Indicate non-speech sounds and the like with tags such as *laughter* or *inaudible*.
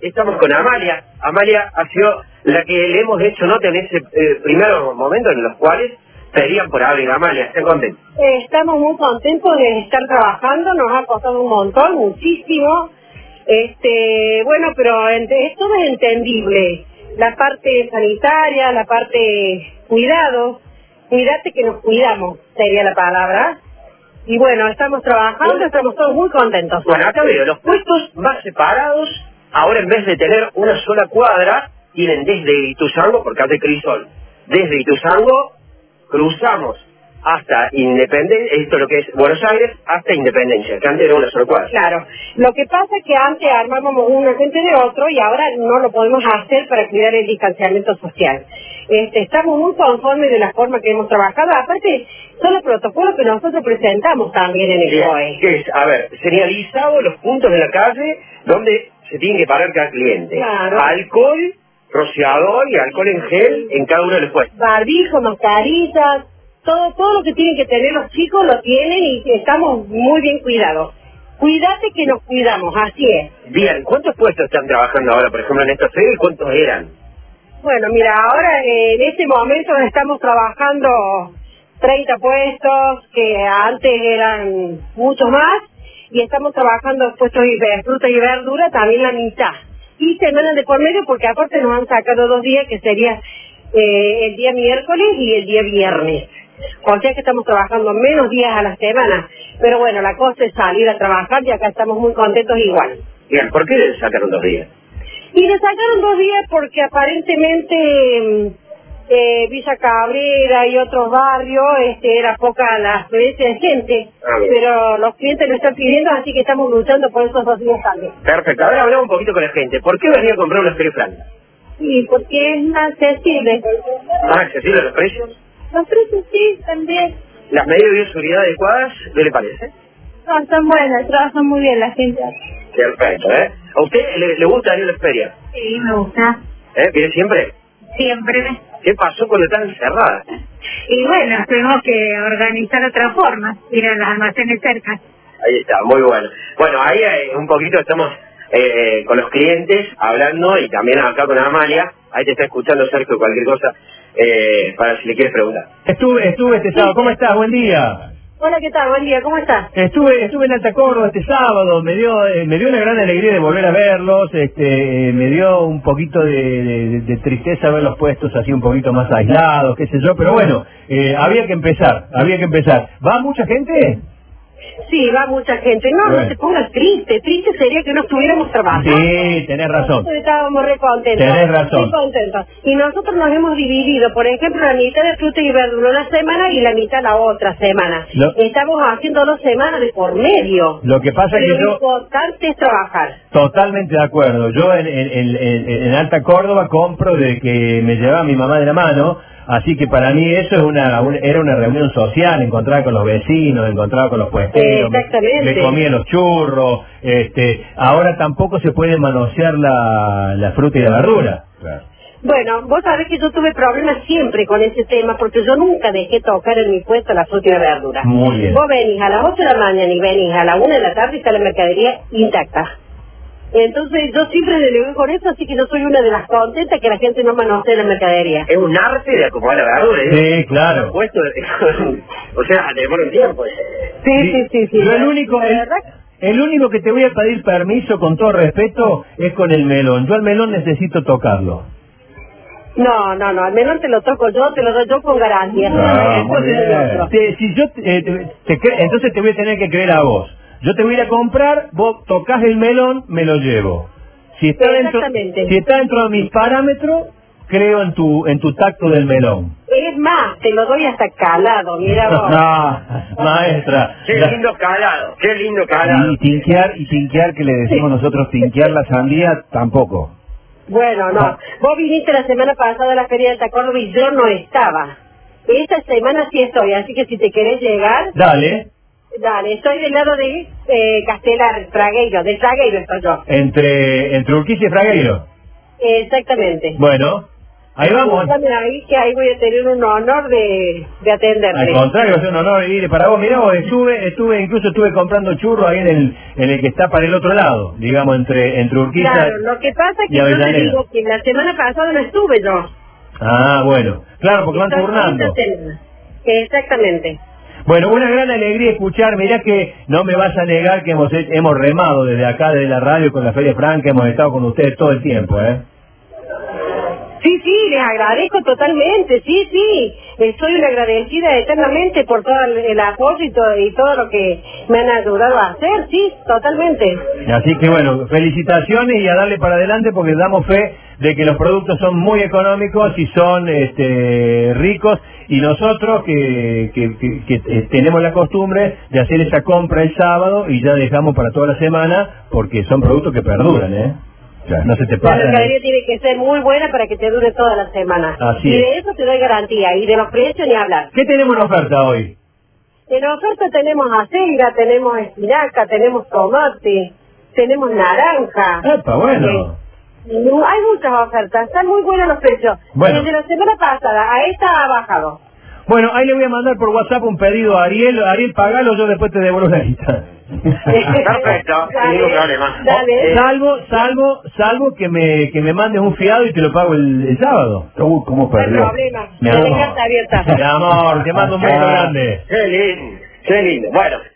estamos con Amalia. Amalia ha sido la que le hemos hecho nota en ese eh, primeros momentos en los cuales pedían por abrir. Amalia, estén contentos. Eh, estamos muy contentos de estar trabajando, nos ha costado un montón, muchísimo. Este, bueno, pero ent- es- todo es entendible. La parte sanitaria, la parte cuidado, cuídate que nos cuidamos, sería la palabra. Y bueno, estamos trabajando, estamos todos muy contentos. Bueno, acá veo, los puestos más separados, ahora en vez de tener una sola cuadra, tienen desde Ituzango, porque hace crisol, desde Ituzango cruzamos hasta Independencia, esto es lo que es Buenos Aires, hasta Independencia, que antes era una sola cuadra. Pues Claro, lo que pasa es que antes armábamos uno frente de otro y ahora no lo podemos hacer para cuidar el distanciamiento social. Este, estamos muy conformes de la forma que hemos trabajado, aparte son los protocolos que nosotros presentamos también en el Bien, COE. ¿qué es? A ver, señalizado los puntos de la calle donde se tiene que parar cada cliente. Claro. Alcohol, rociador y alcohol en gel en cada uno de los puestos. Barbijo, mascarillas, todo, todo lo que tienen que tener los chicos lo tienen y estamos muy bien cuidados. Cuídate que nos cuidamos, así es. Bien, ¿cuántos puestos están trabajando ahora, por ejemplo, en esta serie y cuántos eran? Bueno, mira, ahora eh, en este momento estamos trabajando 30 puestos, que antes eran muchos más, y estamos trabajando puestos de fruta y verdura también la mitad. Y semanas de por medio, porque aparte nos han sacado dos días, que sería eh, el día miércoles y el día viernes. O sea que estamos trabajando menos días a la semana. Pero bueno, la cosa es salir a trabajar y acá estamos muy contentos igual. Bien, ¿por qué le sacaron dos días? Y le sacaron dos días porque aparentemente mm, eh, Villa Cabrera y otros barrios este, era poca la afluencia de gente, Ah, bien. pero los clientes lo están pidiendo, así que estamos luchando por esos dos días también. Perfecto, ahora hablamos un poquito con la gente. ¿Por qué venía a comprar unos perifrancas? Sí, porque es más accesible. ¿Más accesibles los precios? Los precios sí, también ¿Las medidas de bioseguridad adecuadas? ¿Qué le parece? están buenas, trabajan muy bien la gente. Perfecto, ¿eh? ¿A usted le, le gusta venir a la feria? Sí, me gusta. ¿Eh? ¿Viene siempre? Siempre. ¿Qué pasó cuando están cerradas? Y bueno, tenemos que organizar otra forma, ir a las almacenes cerca. Ahí está, muy bueno. Bueno, ahí eh, un poquito estamos eh, con los clientes hablando y también acá con Amalia. Ahí te está escuchando Sergio cualquier cosa eh, para si le quieres preguntar. Estuve, estuve este sábado. ¿Cómo estás? Buen día. Hola, ¿qué tal? Buen día, ¿cómo estás? Estuve, estuve en Alta Córdoba este sábado. Me dio, eh, me dio una gran alegría de volver a verlos. Este, eh, me dio un poquito de, de- de tristeza verlos puestos así un poquito más aislados, qué sé yo. Pero bueno, eh, había que empezar, había que empezar. ¿Va mucha gente? Sí, va mucha gente. No, no Bueno. te pongas triste. Triste sería que no estuviéramos trabajando. Sí, tenés razón. Nosotros estábamos re contentos. Tenés razón. Muy contentos. Y nosotros nos hemos dividido, por ejemplo, la mitad de fruta y verdura una semana y la mitad la otra semana. Lo- Estamos haciendo dos semanas de por medio. Lo que pasa es que Pero lo yo... importante es trabajar. Totalmente de acuerdo. Yo en, en- en- en- en Alta Córdoba compro de que me llevaba mi mamá de la mano, así que para mí eso es una, un- era una reunión social, encontrada con los vecinos, encontrada con los puesteros, me- Exactamente. me, comía los churros. Este, ahora tampoco se puede manosear la, la fruta y la verdura. Bueno, vos sabés que yo tuve problemas siempre con ese tema porque yo nunca dejé tocar en mi puesto la fruta y la verdura. Muy bien. Vos venís a las 8 de la mañana y venís a la 1 de la tarde y está la mercadería intacta. Entonces yo siempre delegué con eso, así que yo soy una de las contentas que la gente no manosea la mercadería. Es un arte de acomodar la verdura. ¿eh? Sí, claro. Puesto, *laughs* o sea, demora un tiempo. ¿eh? Sí, sí, sí, sí. Yo el único, La el, verdad el único que te voy a pedir permiso con todo respeto es con el melón. Yo al melón necesito tocarlo. No, no, no, al menos te lo toco yo, te lo doy yo con garantía. Ah, Eso muy es bien. otro. Te- si yo te- eh, te- te cre- entonces te voy a tener que creer a vos. Yo te voy a ir a comprar, vos tocas el melón, me lo llevo. Si está dentro, Exactamente. si está dentro de mis parámetros, creo en tu en tu tacto del melón. Es más, te lo doy hasta calado, mira vos. *laughs* Ah, maestra. Qué La- lindo calado, qué lindo calado. Y tinquear, y tinquear que le decimos nosotros, tinquear la sandía, tampoco. Bueno, no. Vos viniste la semana pasada a la Feria de Alta Córdoba y yo no estaba. Esta semana sí estoy, así que si te querés llegar, Dale, dale. Estoy del lado de eh, Castelar, Tragueiro, de Tragueiro estoy yo. entre entre Urquiza y Fragueiro. Exactamente. Bueno, Ahí vamos. Póngame ahí que ahí voy a tener un honor de, de atenderte. Al contrario, es un honor ir para vos. Mirá, vos, estuve, estuve, incluso estuve comprando churro ahí en el, en el que está para el otro lado, digamos, entre, entre Urquiza. Claro, lo que pasa es y que yo te Avellaneda. digo que la semana pasada no estuve yo. Ah, bueno. Claro, porque van Estoy en turnando. Avellaneda. Exactamente. Bueno, una gran alegría escuchar. Mirá que no me vas a negar que hemos, he- hemos remado desde acá, desde la radio, con la Feria Franca, hemos estado con ustedes todo el tiempo, ¿eh? Sí, sí, les agradezco totalmente, sí, sí. Eh, Soy una agradecida eternamente por todo el, el apoyo y todo, y todo lo que me han ayudado a hacer, sí, totalmente. Así que bueno, felicitaciones y a darle para adelante porque damos fe de que los productos son muy económicos y son este, ricos y nosotros que, que- que- que, eh, tenemos la costumbre de hacer esa compra el sábado y ya dejamos para toda la semana porque son productos que perduran, ¿eh? Claro. No se te ¿eh? La pasa. mercadería tiene que ser muy buena para que te dure toda la semana. Así y es. de eso te doy garantía, y de los precios ni hablar. ¿Qué tenemos en oferta hoy? En oferta tenemos acelga, tenemos espinaca, tenemos tomate, tenemos naranja. Epa, bueno. Eh, no, hay muchas ofertas, están muy buenos los precios. Bueno. Desde la semana pasada a esta ha bajado. Bueno, ahí le voy a mandar por WhatsApp un pedido a Ariel. Ariel, pagalo, yo después te devuelvo la lista. Eh, Perfecto, sin ningún problema. Dale. Salvo, salvo, salvo que me, que me mandes un fiado y te lo pago el, el sábado. Uy, cómo No hay perdió. problema. Mi No amor. tengas abierta. Mi amor, te mando un beso grande. Qué lindo, qué lindo. Bueno,